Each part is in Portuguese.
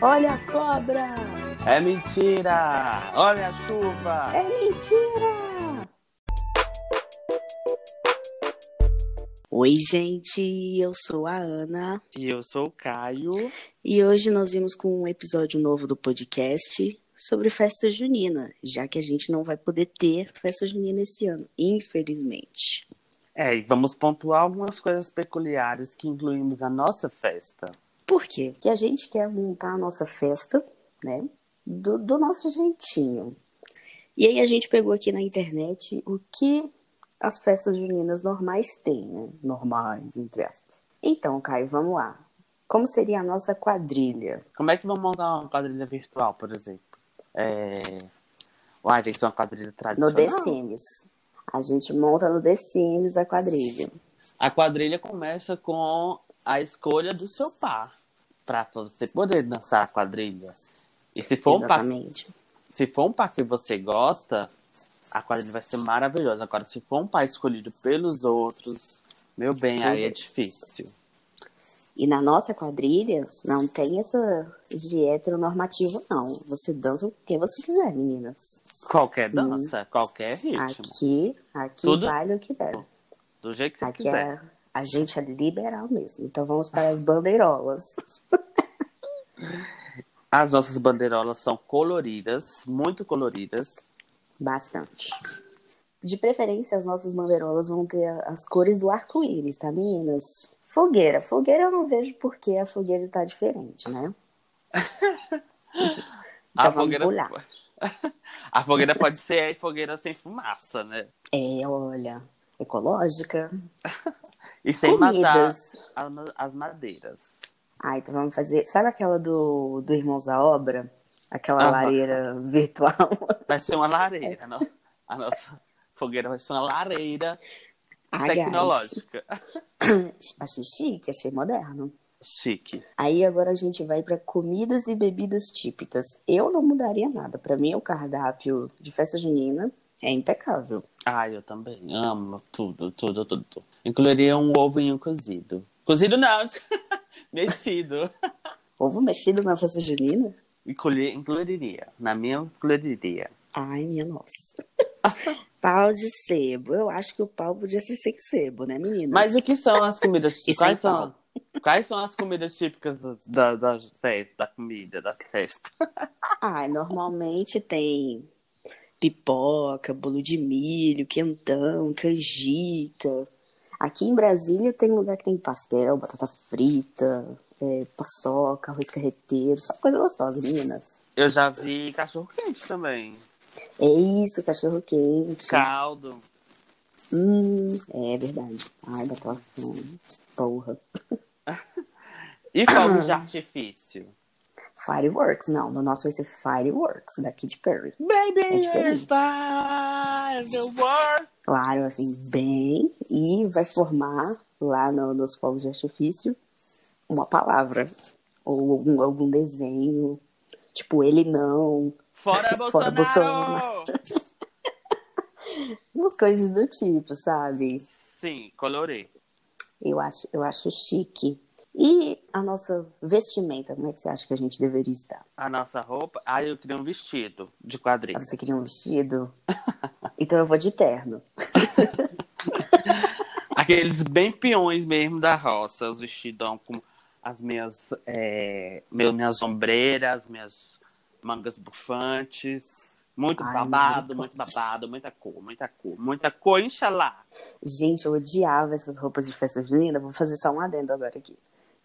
Olha a cobra! É mentira! Olha a chuva! É mentira! Oi, gente, eu sou a Ana E eu sou o Caio. e hoje nós vimos com um episódio novo do podcast sobre festa junina, já que a gente não vai poder ter festa junina esse ano, infelizmente. É, e vamos pontuar algumas coisas peculiares que incluímos na nossa festa. Por quê? Porque a gente quer montar a nossa festa, né? Do, do nosso jeitinho. E aí a gente pegou aqui na internet o que as festas juninas normais têm, né? Normais, entre aspas. Então, Caio, vamos lá. Como seria a nossa quadrilha? Como é que vamos montar uma quadrilha virtual, por exemplo? É... Uai, tem que ser uma quadrilha No tradicional. The Sims. A gente monta no The Sims a quadrilha. A quadrilha começa com a escolha do seu par. Pra você poder dançar a quadrilha. E se for, um par, Exatamente. se for um par que você gosta, a quadrilha vai ser maravilhosa. Agora, se for um par escolhido pelos outros, meu bem, aí é difícil. E na nossa quadrilha não tem essa de heteronormativo, não. Você dança com quem você quiser, meninas. Qualquer dança, qualquer ritmo. Aqui, aqui Tudo- vale o que der. Do jeito que você Aqui quiser. é, a gente é liberal mesmo. Então vamos para as bandeirolas. As nossas bandeirolas são coloridas, muito coloridas. Bastante. De preferência, as nossas bandeirolas vão ter a- as cores do arco-íris, tá, meninas? Fogueira. Fogueira eu não vejo porque a fogueira tá diferente, né? Então a vamos fogueira. pular. A fogueira pode ser a fogueira sem fumaça, né? É, olha, ecológica. E sem matar Comidas. as ma- as madeiras. Ah, então vamos fazer. Sabe aquela do, do Irmãos à Obra? Aquela Ah, lareira virtual. Vai ser uma É. lareira. não? A nossa fogueira vai ser uma lareira Ah, guys. tecnológica. Ah, Achei chique, achei moderno. Chique. Aí agora a gente vai para comidas e bebidas típicas. Eu não mudaria nada. Para mim, o cardápio de festa junina é impecável. Ah, eu também amo tudo, tudo, tudo, tudo. Incluiria um ovinho cozido. Cozido não, mexido. Ovo mexido na festa junina? Inclui- Incluiria. Na minha, incluiria. Ai, minha nossa. pau de sebo. Eu acho que o pau podia ser sem sebo, né, meninas? Mas o que são as comidas E sem quais são Quais são as comidas típicas da, da festa, da comida, da festa? Ai, normalmente tem pipoca, bolo de milho, quentão, canjica. Aqui em Brasília tem lugar que tem pastel, batata frita, é, paçoca, arroz carreteiro, só coisa gostosa, meninas. Eu já vi cachorro quente também. É isso, cachorro quente. Caldo. Hum, é verdade. Ai, bateu a fome. Porra. E fogos de artifício. Fireworks, não, no nosso vai ser Fireworks, daqui de Perry. É Baby, diferente. fire the world. Claro, assim, bem, e vai formar lá no- nos fogos de artifício uma palavra ou algum, algum desenho, tipo ele não, Fora Fora Bolsonaro! Bolsonaro. umas coisas do tipo, sabe? Sim, colorei. Eu acho, eu acho chique. E a nossa vestimenta, como é que você acha que a gente deveria estar? A nossa roupa. Ah, eu queria um vestido de quadrilha. Ah, Você queria um vestido? Então eu vou de terno. Aqueles bem peões mesmo da roça, os vestidão com as minhas, é, meu- minhas ombreiras, minhas mangas bufantes. Muito Ai, babado, muito babado, muita cor, muita cor, muita cor, inxalá. Gente, eu odiava essas roupas de festa junina. Vou fazer só um adendo agora aqui.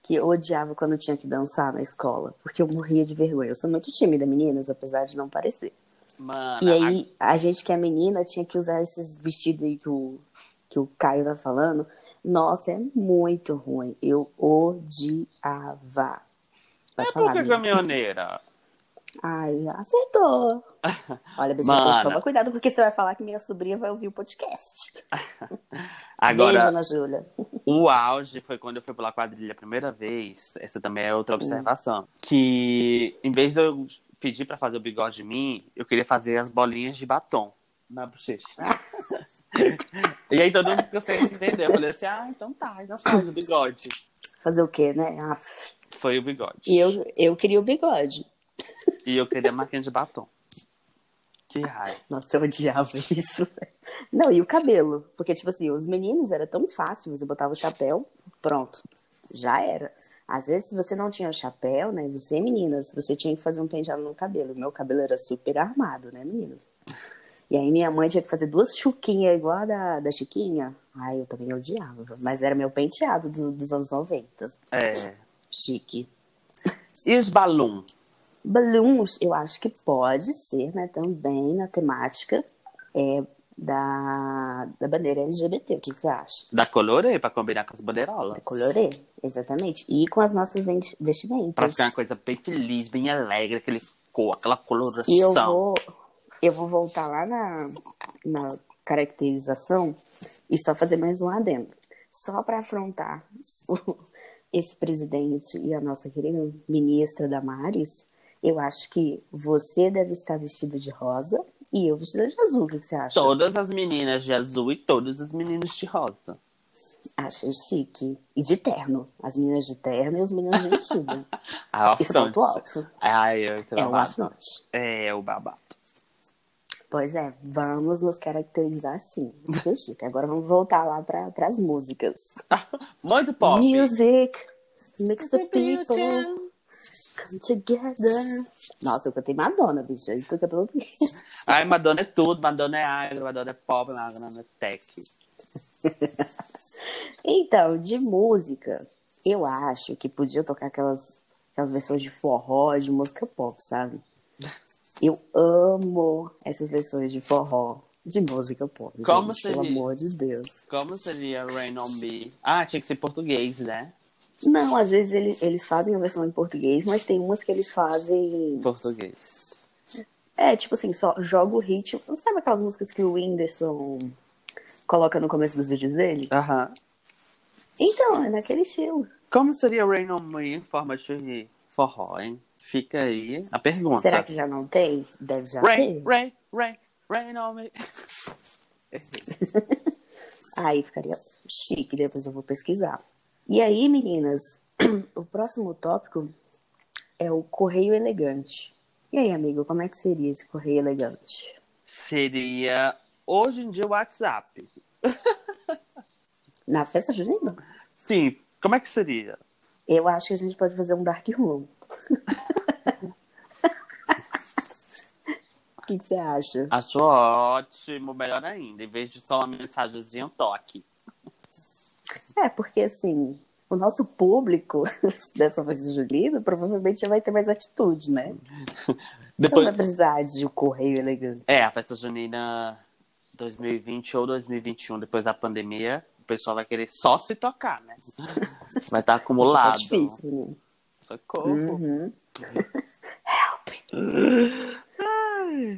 Que eu odiava quando eu tinha que dançar na escola, porque eu morria de vergonha. Eu sou muito tímida, meninas, apesar de não parecer. Mano, E aí, a gente que é menina tinha que usar esses vestidos aí que o, que o Caio tá falando. Nossa, é muito ruim. Eu odiava. a... Pode é falar, pouca amiga. caminhoneira. Ai, acertou. Olha, Mana. Beijinho, toma cuidado, porque você vai falar que minha sobrinha vai ouvir o podcast. Beijo, Agora, Ana Júlia. o auge foi quando eu fui pela quadrilha a primeira vez. Essa também é Hum. outra observação. Que em vez de eu pedir pra fazer o bigode de mim, eu queria fazer as bolinhas de batom na bochecha. E aí todo mundo ficou sem entender. Eu falei assim, ah, então tá, então faz o bigode. Fazer o quê, né? Aff. Foi o bigode. E eu, eu queria o bigode. E eu queria maquininha de batom. Que raiva. Nossa, eu odiava isso. velho. Não, e o cabelo. Porque, tipo assim, os meninos era tão fácil, você botava o chapéu, pronto. Já era. Às vezes, se você não tinha o chapéu, né? Você, meninas, você tinha que fazer um penteado no cabelo. Meu cabelo era super armado, né, meninas? E aí minha mãe tinha que fazer duas chuquinhas igual a da, da Chiquinha. Ai, eu também odiava. Mas era meu penteado do- dos anos 90. É. Chique. E os balões? Balloons, eu acho que pode ser, né, também na temática é, da, da bandeira LGBT. O que você acha? Da Colorê, pra combinar com as bandeirolas. Colorê, exatamente. E com as nossas ven- vestimentas. Pra ficar uma coisa bem feliz, bem alegre, aquele cor, aquela coloração. E eu vou, eu vou voltar lá na, na caracterização e só fazer mais um adendo. Só para afrontar o- esse presidente e a nossa querida ministra Damares, eu acho que você deve estar vestido de rosa e eu vestida de azul. O que que você acha? Todas as meninas de azul e todos os meninos de rosa. Achei chique. E de terno. As meninas de terno e os meninos de vestido. É o E salto alto. Ai, esse é um babado. afronte. É o babado. Pois é, vamos nos caracterizar assim. Achei chique. Agora vamos voltar lá para as músicas. Muito pop. assim. Music, mix the people, come together. Nossa, eu cantei Madonna, bicho. Aí tu cantou tudo. Ai, Madonna é tudo. Madonna é agro, Madonna é pop, Madonna é tech. Então, de música, eu acho que podia tocar aquelas, aquelas versões de forró, de música pop, sabe? Eu amo essas versões de forró, de música pop. Como gente, pelo seria? amor de Deus. Como seria Rain on Me? Ah, tinha que ser português, né? Não, às vezes ele- eles, fazem a versão em português, mas tem umas que eles fazem. Português. É, tipo assim, só joga o ritmo. Sabe aquelas músicas que o Whindersson coloca no começo dos vídeos dele? Aham. Então, é naquele estilo. Como seria Rain on Me em forma de forró, hein? Fica aí a pergunta. Será que já não tem? Deve já Rain, ter. rain, rain, rain on me. Aí ficaria chique, depois eu vou pesquisar. E aí, meninas, o próximo tópico é o correio elegante. E aí, amigo, como é que seria esse correio elegante? Seria hoje em dia o WhatsApp. Na festa junina? Sim, como é que seria? Eu acho que a gente pode fazer um dark room. O que que você acha? Acho ótimo, melhor ainda, em vez de só uma mensagenzinha, um toque. É, porque assim, o nosso público dessa festa junina provavelmente já vai ter mais atitude, né? Não Depois, vai precisar de um correio elegante. é, a festa junina 2020 ou 2021, depois da pandemia, o pessoal vai querer só se tocar, né? Vai estar Tá acumulado. difícil, né? menino. Socorro. Uhum. Help!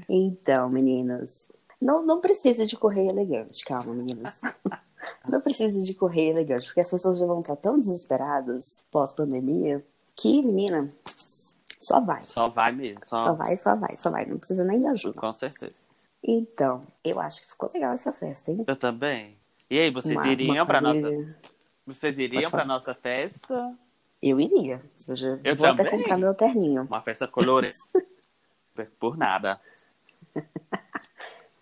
Então, meninas, não, não precisa de correio elegante, calma, meninas. Não precisa de correio elegante, porque as pessoas já vão estar tão desesperadas pós-pandemia que, menina, só vai. Só vai mesmo, só, Só vai, só vai, só vai. Não precisa nem de ajuda. com certeza. Então, eu acho que ficou legal essa festa, hein? Eu também. E aí, vocês Uma- iriam uma pra nossa. família. Vocês Pode iriam falar. pra nossa festa? Eu iria. Eu, já Eu vou até também. comprar meu terninho. Uma festa colorida. Por nada.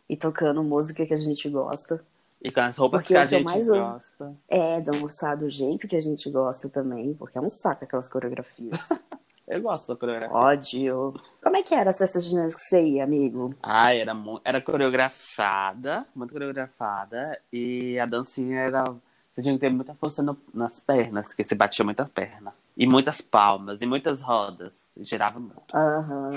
E tocando música que a gente gosta. E com as roupas Porque que é a o que eu gente mais amo. gosta. É, dançar do jeito que a gente gosta também, porque é um saco aquelas coreografias. Eu gosto da coreografia. Ódio. Como é que era as festas juninas que você ia, amigo? Ah, era, mu- era coreografada, muito coreografada. E a dancinha era. Você tinha que ter muita força no- nas pernas, porque você batia muita perna. E muitas palmas, e muitas rodas. E girava muito. Aham.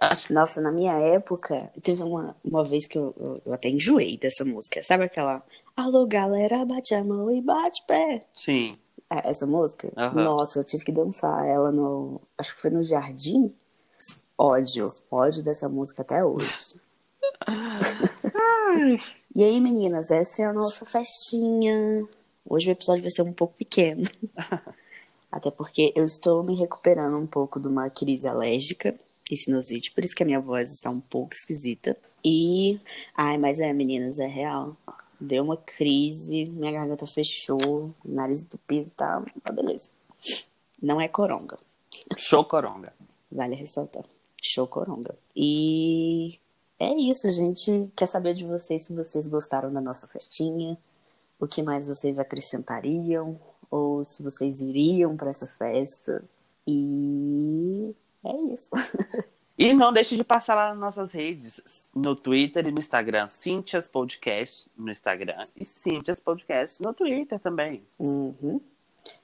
Acho que Nossa, na minha época, teve uma, uma vez que eu, eu- eu até enjoei dessa música. Sabe aquela? Alô, galera, bate a mão e bate pé. sim. É, Essa música? Aham. Nossa, eu tive que dançar ela no. Acho que foi no jardim. Ódio. Ódio dessa música até hoje. e aí, meninas, essa é a nossa festinha. Hoje o episódio vai ser um pouco pequeno. Até porque eu estou me recuperando um pouco de uma crise alérgica e sinusite, por isso que a minha voz está um pouco esquisita. E. Ai, mas é, meninas, é real. Deu uma crise, minha garganta fechou, nariz entupido, tá? Tá beleza. Não é coronga. Chocoronga. Vale ressaltar. Show Coronga. E é isso, gente. Quer saber de vocês se vocês gostaram da nossa festinha, o que mais vocês acrescentariam, ou se vocês iriam para essa festa. E é isso. E não deixe de passar lá nas nossas redes, no Twitter e no Instagram. Cintias Podcast no Instagram e Cintias Podcast no Twitter também. Uhum.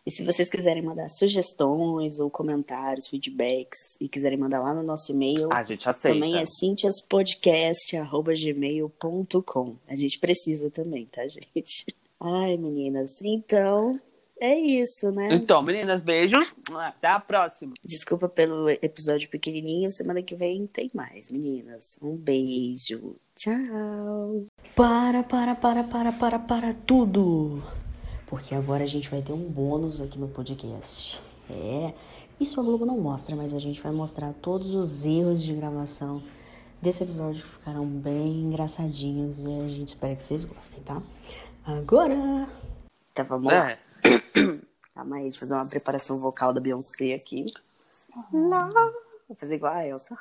E se vocês quiserem mandar sugestões ou comentários, feedbacks, e quiserem mandar lá no nosso e-mail, A gente aceita. também é cintiaspodcast.gmail.com. A gente precisa também, tá, gente? Ai, meninas, então é isso, né? Então, meninas, beijos. Até a próxima. Desculpa pelo episódio pequenininho, semana que vem tem mais, meninas. Um beijo. Tchau. Para, para, para, para, para, para tudo. Porque agora a gente vai ter um bônus aqui no podcast. É, isso a Globo não mostra, mas a gente vai mostrar todos os erros de gravação desse episódio que ficaram bem engraçadinhos e a gente espera que vocês gostem, tá? Agora! Tá, vamos lá. É. Calma aí, Tá, deixa eu fazer uma preparação vocal da Beyoncé aqui. Vou fazer igual a Elsa.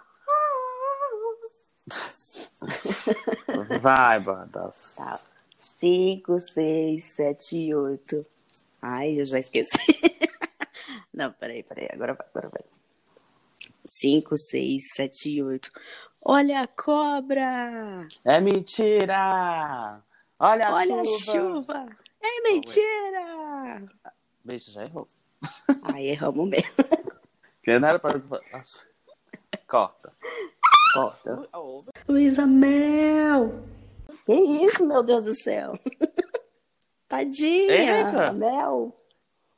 Vai, bandas. Tá. 5, 6, 7, 8. Ai, eu já esqueci. Não, peraí, peraí. Agora vai, agora vai. 5, 6, 7, 8. Olha a cobra! É mentira! Olha a Olha chuva. a chuva! É mentira! Beijo, já errou. Ai, erramos mesmo. Que não era pra... Nossa. Corta. Volta. Ouve. Luísa Mel! Que isso, meu Deus do céu! Tadinha! Eita! Mel!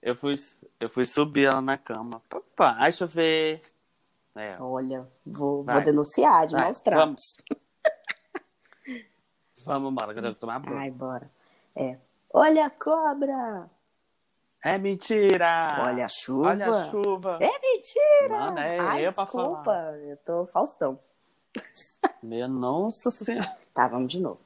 Eu fui, eu fui subir ela na cama. Papá, ai, deixa eu ver. É, Olha, vou, vou Vai. denunciar de Vai, maus tratos. vamos embora, que eu devo tomar banho. Ai, bora. É. Olha a cobra! É mentira! Olha a chuva! Olha a chuva! É mentira! Não, né? Ai, Eu pra desculpa, falar. eu tô Faustão. Meu, nossa senhora! Tá, vamos de novo.